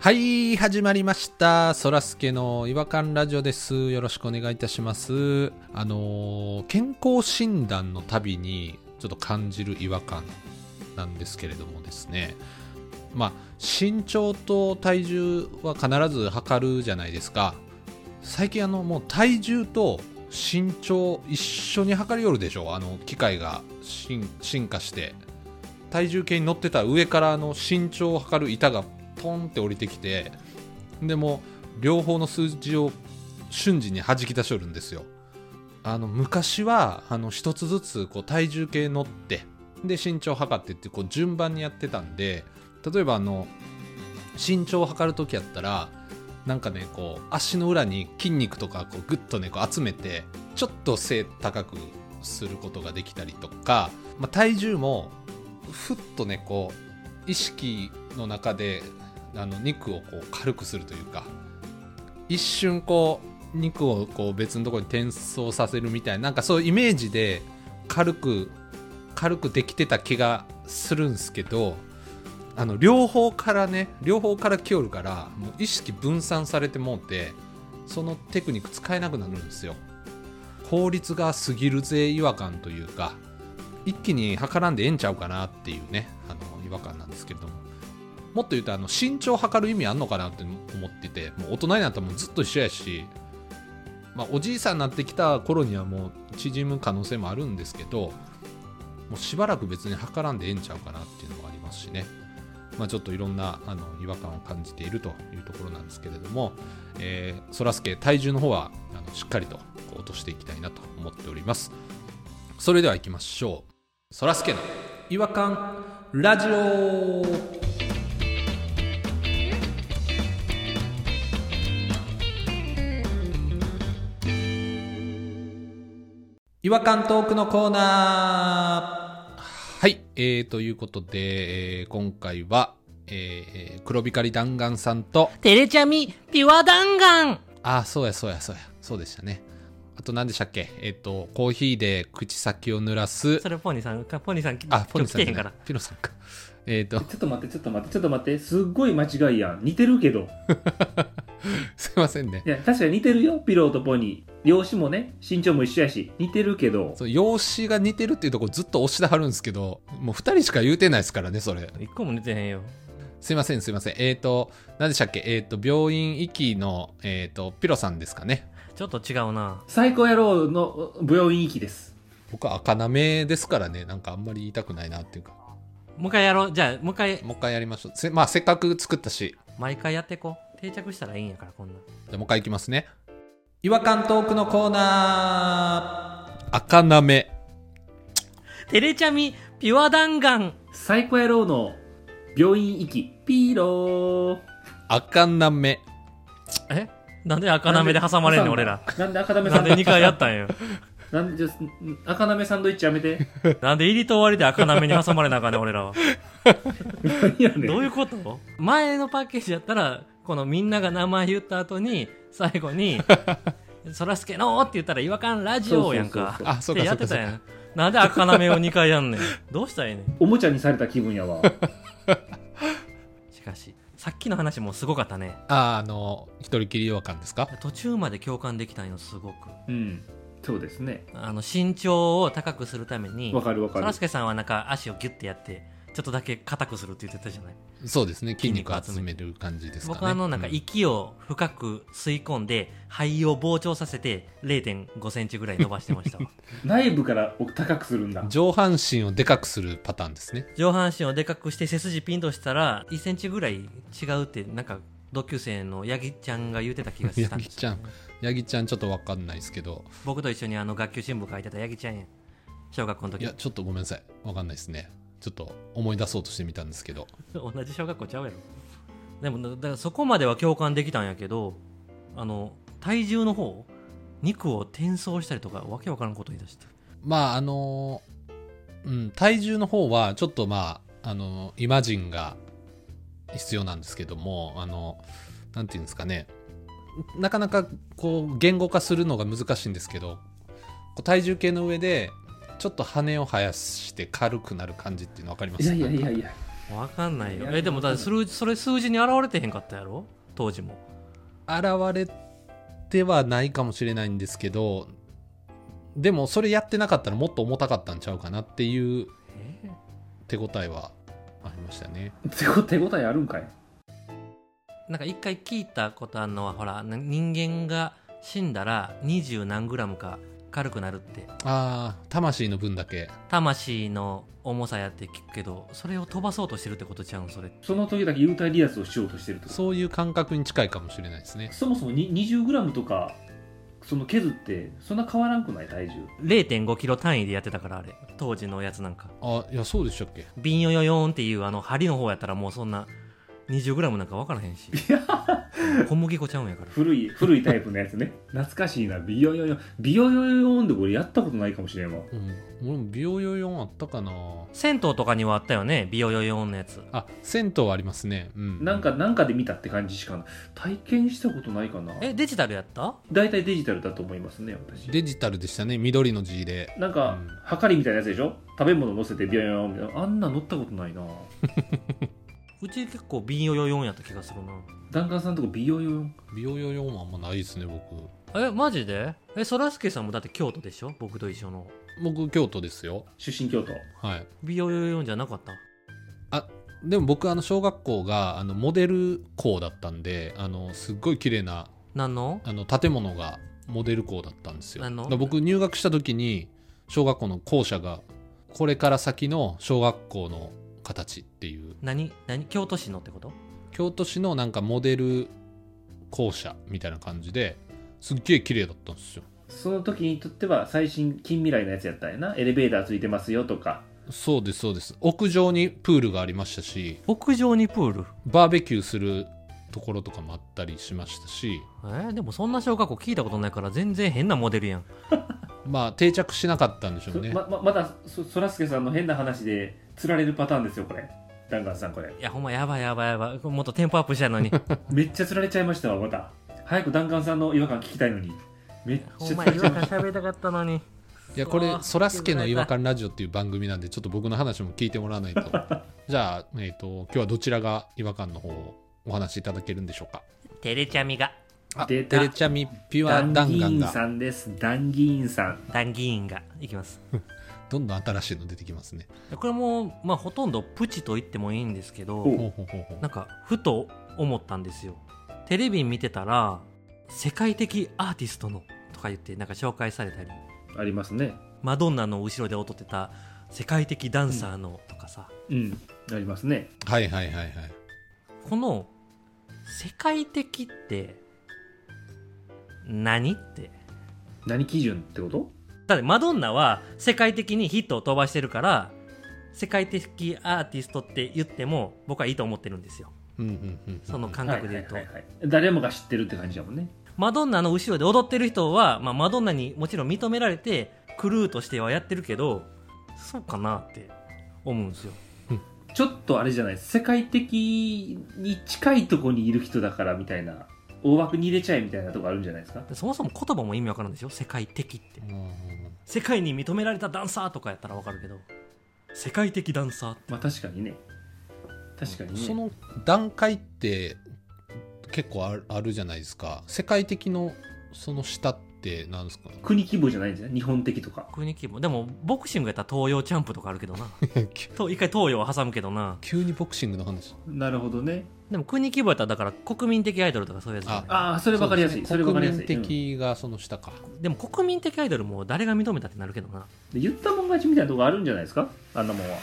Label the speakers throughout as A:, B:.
A: はい、始まりました。そらすけの違和感ラジオです。よろしくお願いいたします。あのー健康診断のたびに、ちょっと感じる違和感なんですけれどもですね。まあ、身長と体重は必ず測るじゃないですか。最近あの、もう体重と身長一緒に測りよるでしょ。あの、機械が進進化して。体重計に乗ってた上からあの身長を測る板がポンって降りてきてでもう両方の数字を瞬時に弾き出しょるんですよあの昔はあの一つずつこう体重計乗ってで身長測ってってこう順番にやってたんで例えばあの身長を測る時やったらなんかねこう足の裏に筋肉とかこうグッとねこう集めてちょっと背高くすることができたりとか、まあ、体重もふっとねこう意識の中であの肉をこう軽くするというか一瞬こう肉をこう別のところに転送させるみたいななんかそういうイメージで軽く軽くできてた気がするんですけどあの両方からね両方から来よるからもう意識分散されてもうてそのテクニック使えなくなるんですよ効率が過ぎるぜ違和感というか一気に測らんでええんちゃうかなっていうねあの違和感なんですけれどももっと言うとあの身長測る意味あんのかなって思っててもう大人になったらもうずっと一緒やし、まあ、おじいさんになってきた頃にはもう縮む可能性もあるんですけどもうしばらく別に測らんでええんちゃうかなっていうのもありますしね、まあ、ちょっといろんなあの違和感を感じているというところなんですけれども、えー、そらすけ体重の方はあのしっかりとこう落としていきたいなと思っておりますそれでは行きましょうそらすけの違和感ラジオ違和感トークのコーナーはい、えー、ということで、えー今回は、えー、黒光弾丸さんと
B: テレチャミピュア弾丸
A: ああそうやそうやそうやそうでしたねあと何でしたっけえっ、とコーヒーで口先を濡らす
B: それポニーさんかポニーさんき
A: あポニーさん
B: 今
A: じ
B: 日来てへ
A: ゃな
B: んか
A: い
B: ら
A: ピロさんかえっ、と
C: ちょっと待って、ちょっと待って、ちょっと待って、すっごい間違いやん。似てるけど。
A: すいませんね
C: いや、確かに似てるよ、ピローとポニー。両子もね、身長も一緒やし、似てるけど。
A: そう容姿が似てるっていうところずっと押してはるんですけどもう2人しか言うてないですからねそれ
B: 一個も寝てへんよ
A: すいませんすいませんえっ、と何でしたっけえっ、と病院行きの、えー、とピロさんですかね
B: ちょっと違うな
C: 最高野郎の病院行きです。
A: 僕は赤なめですからねなんかあんまり言いたくないなっていうか
B: もう一回やろうじゃあもう一回
A: もう一回やりましょうせ,、まあ、せっかく作ったし
B: 毎回やっていこう定着したらいいんやからこんなん
A: じゃあもう一回いきますね違和感トークのコーナー赤なめ
B: テレチャミピュア弾丸
C: 最高野郎の病院行き、ピロー。
A: 赤なめ
B: えなんで赤なめで挟まれんねん俺ら。
C: なんで赤なめさ
B: なんんで2回やったんよ
C: なんで、赤なめサンドイッチやめて。
B: なんで入りと終わりで赤なめに挟まれなあかんねん俺らは
C: 何やね
B: ど
C: ん
B: ういうこと前のパッケージやったらこのみんなが名前言った後に最後に「そらすけの」って言ったら「違和感ラジオ」やんか
C: そうそうそうそう
A: あそう
B: って
A: か
B: や
A: そ
B: っ
A: うかそ
B: てた
A: う
B: や
A: か
B: ん。なんで赤なめを2回やんねん。どうしたらええねん。
C: おもちゃにされた気分や わ。
B: しかし、さっきの話もすごかったね。
A: ああの一人きり違和感ですか
B: 途中まで共感できたんよ、すごく。
C: うん。そうですね。
B: あの、身長を高くするために
C: わ、かるわか
B: そら
C: る
B: す。けさんはなんか足をギュッてやって、ちょっとだけ硬くするって言ってたじゃない。
A: そうですね筋肉
B: 筋肉集
A: 集める感じですかね
B: 僕はあの、なんか
A: う
B: 息を深く吸い込んで、肺を膨張させて0.5センチぐらい伸ばして ましたわ。
C: 内部からお高くするんだ。
A: 上半身をでかくするパターンですね
B: 上半身をでかくして背筋ピンとしたら、1センチぐらい違うって、なんか、同級生の八木ちゃんが言ってた気がした
A: ヤ
B: ん
A: ギ
B: ですよ
A: ちゃんヤギちゃんちょっと分かんないですけど
B: 僕と一緒にあの学級新聞書いてたヤギちゃんやん小学校の
A: い
B: 時
A: やちょっとごめんなさい分かんないですねちょっと思い出そうとしてみたんですけど
B: 同じ小学校ちゃうやろでもだだからそこまでは共感できたんやけどあの体重の方肉を転送したりとかわけわからんこと言い出して
A: まああのうん体重の方はちょっとまああのイマジンが必要なんですけどもあのなんていうんですかねなかなかこう言語化するのが難しいんですけどこう体重計の上でちょっと羽を生やして軽くなる感じっていうの分かりま
C: い
A: す
C: やいやいやいや。
B: 分かんないよ
C: いや
B: えでもだってそれそれ数字に現れてへんかったやろ当時も
A: 現れてはないかもしれないんですけどでもそれやってなかったらもっと重たかったんちゃうかなっていう
B: え
A: 手応えはありましたね
C: 手応手応えあるんかい
B: なんか一回聞いたことあるのはほらな人間が死んだら20何グラムか軽くなるって
A: ああ魂の分だけ
B: 魂の重さやって聞くけどそれを飛ばそうとしてるってことちゃうんそれ
C: その時だけ幽体離脱をしようとしてるとそ
A: そういう感覚に近いかもしれないですね
C: そもそもに 20g とかその削ってそんな変わらんくない体重
B: 0 5キロ単位でやってたからあれ当時のやつなんか
A: あいやそうでしたっけ
B: ビンヨヨヨーンっていうあの針の方やったらもうそんな20グラムなんか分からへんし小麦粉ちゃうんやから
C: 古い古いタイプのやつね 懐かしいなビヨヨヨビヨヨヨンで俺やったことないかもしれんわ
A: うん俺も美容用4あったかな
B: 銭湯とかにはあったよねビヨヨヨーンのやつ
A: あ銭湯はありますねうん
C: なんかなんかで見たって感じしか体験したことないかな
B: えデジタルやった
C: 大体デジタルだと思いますね私
A: デジタルでしたね緑の字で
C: なんか、
A: うん
C: はかりみたいなやつでしょ食べ物乗せてビヨヨヨンみたいなあんな乗ったことないな
B: うち結構ビンヨヨヨンやった気がするな
C: 弾丸さんのとこビヨヨヨン
A: 美容用4はあんまないですね僕
B: えマジでえそらすけさんもだって京都でしょ僕と一緒の
A: 僕京都ですよ
C: 出身京都
A: はい
B: ビヨヨヨンじゃなかった
A: でも僕あの小学校があのモデル校だったんであのすっごい綺麗な
B: 何の
A: あの建物がモデル校だったんですよ
B: あ
A: だ
B: の
A: から僕入学した時に小学校の校舎がこれから先の小学校の形っていう
B: 何何京都市のってこと
A: 京都市のなんかモデル校舎みたいな感じですっげえ綺麗だったんですよ
C: その時にとっては最新近未来のやつやったんやなエレベーターついてますよとか
A: そうですそうです屋上にプールがありましたし
B: 屋上にプール
A: バーベキューするところとかもあったりしましたし
B: えーでもそんな小学校聞いたことないから全然変なモデルやん
A: まあ定着しなかったんでしょうね
C: まままだそそらすけさんの変な話で釣られるパターンですよこれ弾丸さんこれ
B: いやほんまやばいやばいやばいもっとテンポアップした のに
C: めっちゃ釣られちゃいましたわまた早く弾丸さんの違和感聞きたいのにめっちゃ
B: ほん
C: 釣ら
B: ま
C: れ
B: 違
C: ちゃ
B: 和
C: いま
B: 感
C: し
B: 喋りたかったのに
A: いやこれ
B: あ
A: 「
B: ー
A: そらすけの違和感ラジオ」っていう番組なんでちょっと僕の話も聞いてもらわ ないとじゃあ、えー、と今日はどちらが違和感の方をお話しいただけるんでしょうか
B: テレチャミが
A: あ
C: 出
A: テ
C: た
A: レチャミピュ
C: た
A: ア
C: 弾
A: 弾丸
C: 議員
A: が
C: さんです弾議員さん
B: 談議員がいきます
A: どんどん新しいの出てきますね
B: これもまあほとんどプチと言ってもいいんですけど、
C: ほう
A: ほうほうほうほう
B: なんかふと思ったんですよテレビ見てたら世界的アーティストのとか言ってなんか紹介されたり
C: ありますね
B: マドンナの後ろで踊ってた世界的ダンサーのとかさ、
C: うんありますね
A: はいはいはいはい
B: この世界的って何って
C: 何基準ってこと
B: だってマドンナは世界的にヒットを飛ばしてるから世界的アーティストって言っても僕はいいと思ってるんですよ
A: うんうんうん
B: その感覚で言うと、
C: はいはいはいはい誰もが知ってるって感じだもんね
B: マドンナの後ろで踊ってる人は、まあ、マドンナにもちろん認められてクルーとしてはやってるけどそうかなって思うんですよ
C: ちょっとあれじゃない世界的に近いとこにいる人だからみたいな大枠に入れちゃえみたいなとこあるんじゃないですか
B: でそもそも言葉も意味わからんでしょ世界的って
A: うんうんうん
B: 世界に認められたダンサーとかやったらわかるけど世界的ダンサーって
C: まあ確かにね確かにね
A: その段階って結構あるあるじゃないですか世界的のその下って何ですか
C: 国規模じゃないんですね日本的とか
B: 国規模でもボクシングやったら東洋チャンプとかあるけどなと一回東洋を挟むけどな
A: 急にボクシングの話
C: なるほどね
B: でも国規模やったらだから国民的アイドルとかそういうやつじゃな
C: ああそれ分かりやすいそ
A: そう
C: れ
A: ですね
C: 分かりやすい、
A: 国民
C: うん
A: 的がその下か、
B: いでも国民的アイドルも誰が認めたってなるけどな
C: で言ったもん勝ちみたいなとこあるんじゃないですかあんなもんは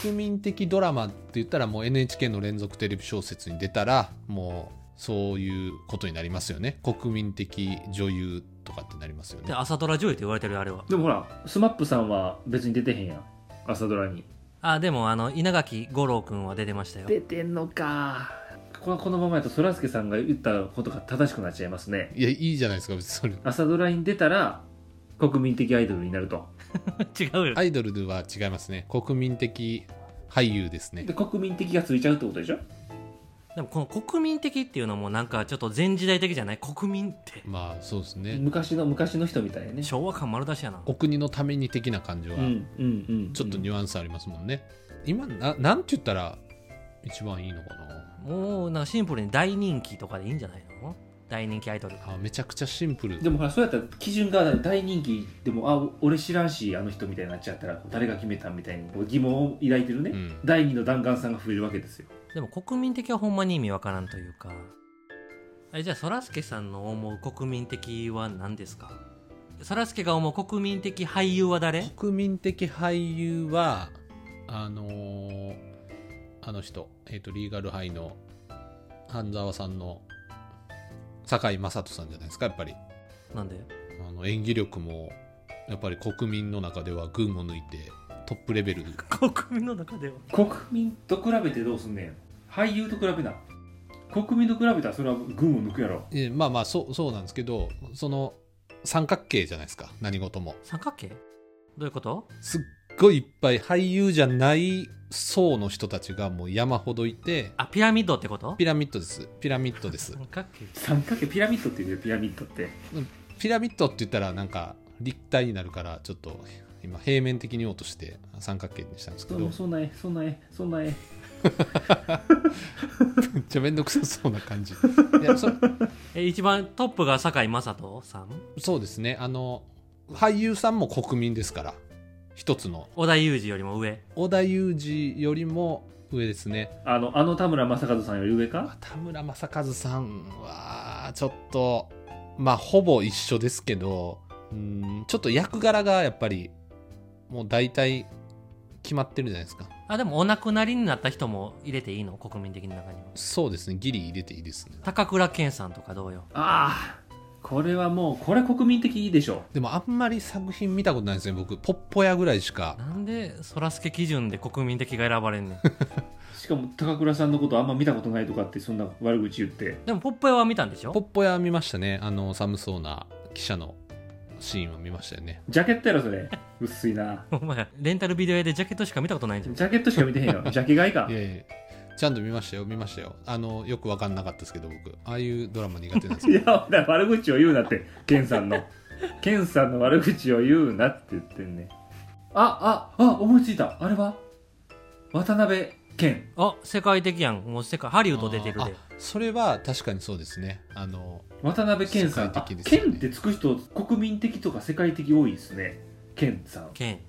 A: 国民的ドラマって言ったらもう NHK の連続テレビ小説に出たらもうそういうことになりますよね国民的女優とかってなりますよ
B: で
A: ね
B: 朝ドラ女優って言われてるよあれは
C: でもほらスマップさんは別に出てへんやん朝ドラに
B: あでもあの稲垣吾郎君は出てましたよ
C: 出てんのかこのこのままやとそらすけさんが言ったことが正しくなっちゃいますね
A: いやいいじゃないですか別にそれ
C: 朝ドラに出たら国民的アイドルになると
B: 違うよ
A: アイドルでは違いますね国民的俳優ですね
C: で国民的がついちゃうってことでしょ
B: でもこの国民的っていうのもなんかちょっと前時代的じゃない国民って
A: まあそうですね、
C: 昔の昔の人みたいね
B: 昭和感丸出しやな
A: お国のために的な感じは
C: うんうんうん
A: ちょっとニュアンスありますもんね、今ななんて言ったら一番いいのかな
B: もうなんかシンプルに大人気とかでいいんじゃないの大人気アイドル
A: あめちゃくちゃシンプル
C: でもほらそうやったら基準が大人気でもあ俺知らんしあの人みたいになっちゃったら誰が決めたみたいにこう疑問を抱いてるね、
A: うん
C: 第二の弾丸さんが増えるわけですよ
B: でも国民的はほんまに意味わからんというかあれじゃあそらすけさんの思う国民的は何ですかそらすけが思う国民的俳優は誰
A: 国民的俳優はあのーあの人、えっとリーガルハイの半沢さんの堺井雅人さんじゃないですかやっぱり
B: なんで
A: あの演技力もやっぱり国民の中では群を抜いてトップレベル
B: 国民の中では
C: 国民と比べてどうすんねん俳優と比べな国民と比べたらそれは群を抜くやろ
A: えまあまあそうそうなんですけどその三角形じゃないですか何事も
B: 三角形どういうこと
A: すっごいいっぱい俳優じゃない層の人たちがもう山ほどいて
B: あピラミッドってこと
A: ピラミッドですピラミッドです
B: 三角形
C: 三角形ピラミッドって言うよピラミッドって
A: ピラミッドって言ったらなんか立体になるからちょっと今平面的に言おうとして三角形にしたんですけ
C: そ
A: ど
C: う
A: めっ
C: そんな絵そんな絵そんな絵
A: ちゃめんどくさそうな感じ いやそ
B: え一番トップが堺井雅人さん
A: そうですねあの俳優さんも国民ですから一つの
B: 織田裕二よりも上
A: 織田裕二よりも上ですね
C: あのあの田村正和さんより上か
A: あ田村正和さんはちょっとまあほぼ一緒ですけどうんちょっと役柄がやっぱりもう大体決まってるじゃないですか
B: あでもお亡くなりになった人も入れていいの国民的な中には
A: そうですねギリ入れていいですね
B: 高倉健さんとかどうよ
C: ああこれはもうこれ国民的でしょ
A: でもあんまり作品見たことないですね僕ポッポ屋ぐらいしか
B: なんでそらすけ基準で国民的が選ばれんね ん
C: しかも高倉さんのことあんま見たことないとかってそんな悪口言って
B: でもポップ屋は見たんでし
A: ポッ
B: ょ
A: ポ屋見ましたねあの寒そうな記者のシーンは見ましたよね
C: ジャケットやろそれ薄いな
B: お前レンタルビデオ屋でジャケットしか見たことないんじゃん
C: ジャケットしか見てへん よジャケ買いか
A: いやいやちゃんと見ましたよ見ましたよあのよく分かんなかったですけど僕ああいうドラマ苦手なんです
C: い
A: よ
C: や、ほら、悪口を言うなって、ケンさんの。ケンさんの悪口を言うなって言ってんね。あ、あ、あ、思いついた。あれは渡辺健。
B: あ世界的やんもう世界ハリウッド出てる
A: あ
B: で
A: それは確かにそうですねあの
C: 渡辺健さん。
A: 世
C: あ
A: 界的ですよね
C: 健ってつく人、国民的とか世界的多いですね。健さん。
B: 健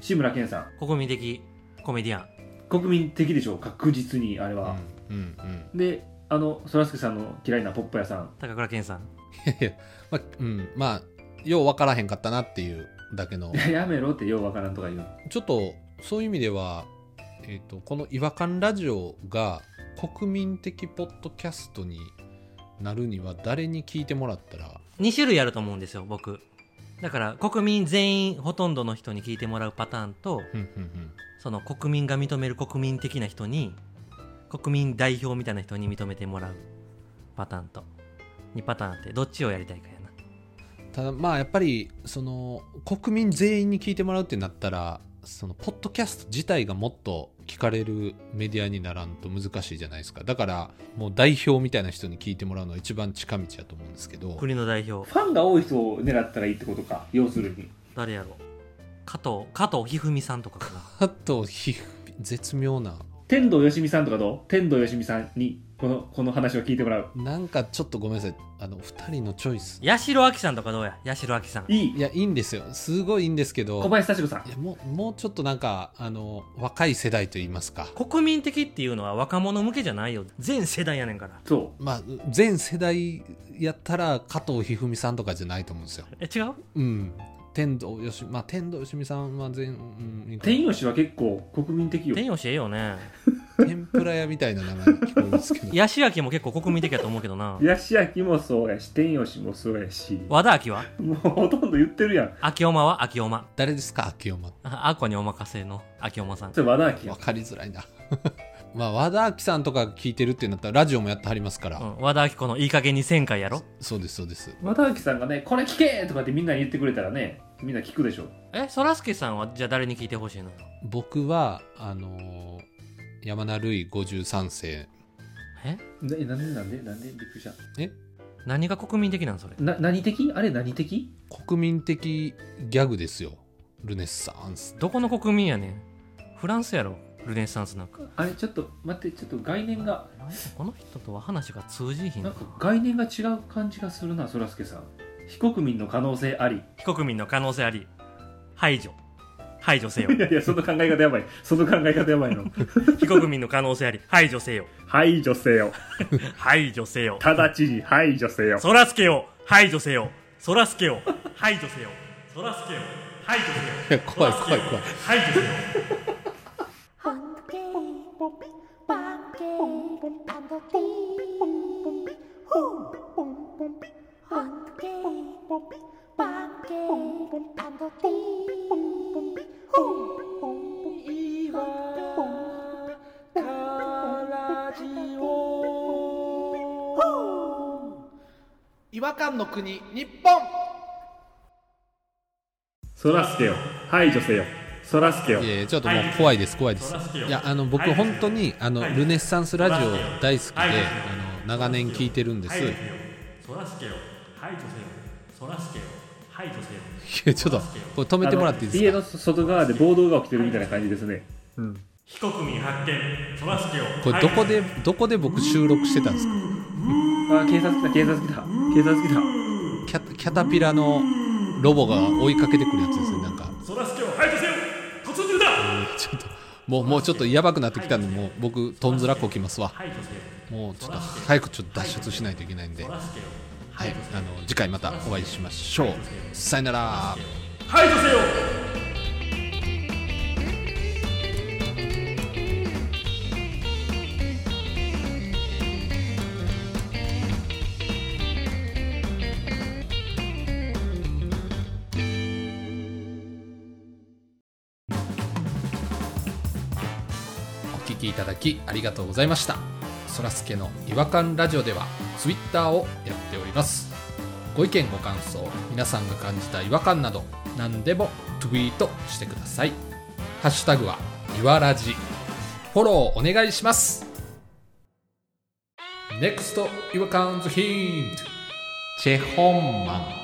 C: 志村健さん。
B: 国民的コメディアン
C: 国民的でしょう、確実に、あれは。
A: うんうんうん
C: で、あの、そらすけさんの嫌いなポップ屋さん。
B: 高倉健さん
A: いやいやまあうんまあよう分からへんかったなっていうだけの
C: いややめろってようわからんとか言う。
A: ちょっとそういう意味では、えー、とこの「違和感ラジオ」が国民的ポッドキャストになるには誰に聞いてもらったら
B: 2種類あると思うんですよ僕だから国民全員ほとんどの人に聞いてもらうパターンと
A: うんうん
B: その国民が認める国民的な人に国民代表みたいな人に認めてもらうパターンと2パターンあってどっちをやりたいかやな
A: うんただまあやっぱりその国民全員に聞いてもらうってなったらそのポッドキャスト自体がもっと聞かれるメディアにならんと難しいじゃないですかだからもう代表みたいな人に聞いてもらうのは一番近道だと思うんですけど
B: 国の代表
C: ファンが多い人を狙ったらいいってことか、要するに。
B: 誰やろう加藤加藤一二三さんとかかな
A: あとひ絶妙な
C: 天童よしみさんとかどう天童よしみさんにこのこの話を聞いてもらう
A: なんかちょっとごめんなさいあの2人のチョイス
B: 八代亜紀さんとかどうや八代亜紀さん
C: いい
A: いや、いいんですよ。すごいいいんですけど、
C: 小林幸子さん
A: いやもうもうちょっとなんか、あの、若い世代といいますか、
B: 国民的っていうのは若者向けじゃないよ全世代やねんから
C: そう
A: まあ、全世代やったら、加藤一二三さんとかじゃないと思うんですよ。
B: え違う
A: うん。天童よし、まあ、天童よしみさんは全、うん、いいか
C: 天吉は結構国民的よ
B: 天吉ええよね
A: 天ぷら屋みたいな名前に聞こえますけど、
B: 八代亜紀も結構国民的やと思うけどな
C: 八代亜紀もそうやし天吉もそうやし
B: 和田亜紀は
C: もうほとんど言ってるやん
B: 明けおまは明けおま
A: 誰ですか、秋山。
B: ああこにお任せの明けおまさん
C: それ和田亜紀や
A: わかりづらいな。 まあ、和田アキさんとか聞いてるってなったら、ラジオもやってはりますから、
B: うん、和田アキ子のいい加減に1000回やろ
A: そうです、そうです。
C: 和田亜紀さんがねこれ聞けとかってみんなに言ってくれたらねみんな聞くでしょ
B: えそらすけさんはじゃあ誰に聞いてほしいの
A: 僕は、あの山名類53世、
B: え
C: えなんでなんでなんでびっくりした
B: 何が国民的なんそれ
C: な何的あれ何的
A: 国民的ギャグですよルネッサンス
B: どこの国民やねんフランスやろルネサンスなんか
C: あれちょっと待ってちょっと概念が
B: なんかこの人とは話が通じひん
C: なん
B: な
C: か概念が違う感じがするなそらすけさん非国民の可能性あり
B: 非国民の可能性あり排除排除せよ
C: いやいやその考え方やばいその考え方やばいの
B: 非国民の可能性あり排除せよ
C: 排除せよ
B: 排除せよ
C: 直ちに排除せよ
B: そらすけを排除せよそらすけを排除せよそらすけを排除せよ
A: 怖い怖い怖い
B: 排除せよ
D: Hungry.
A: 違和感の国日本
C: そらすけよ排除せよそらすけよ
A: いやいやちょっともう怖いです怖いですいやあの僕本当にあのルネッサンスラジオ大好きであの長年聞いてるんです
B: 排除
A: い
B: せよそらすけを排除せよそらすけを排除せよ
A: やちょっとこれ止めてもらっていい
C: 家
A: ですか
C: の外側で暴動が起きてるみたいな感じですねうん
B: 非国民発見そらすけを
A: これどこでどこで僕収録してたんですか
C: あ警察来た警察来た警察来た
A: キャキャタピラのロボが追いかけてくるやつですねなんか
B: そらすけを排除せよ突入だ
A: ちょっともうもうちょっとやばくなってきたんでもう僕とんずらこきますわ
B: 排除せよ
A: もうちょっと早くちょっと脱出しないといけないんで、はい、あの次回またお会いしましょうさよなら
B: 排除せよ
A: お聞きいただきありがとうございましたそらすけの違和感ラジオではツイッターをやっておりますご意見ご感想皆さんが感じた違和感など何でもツイートしてくださいハッシュタグはいわらじフォローお願いします NEXT 違和感ズヒントチェホンマン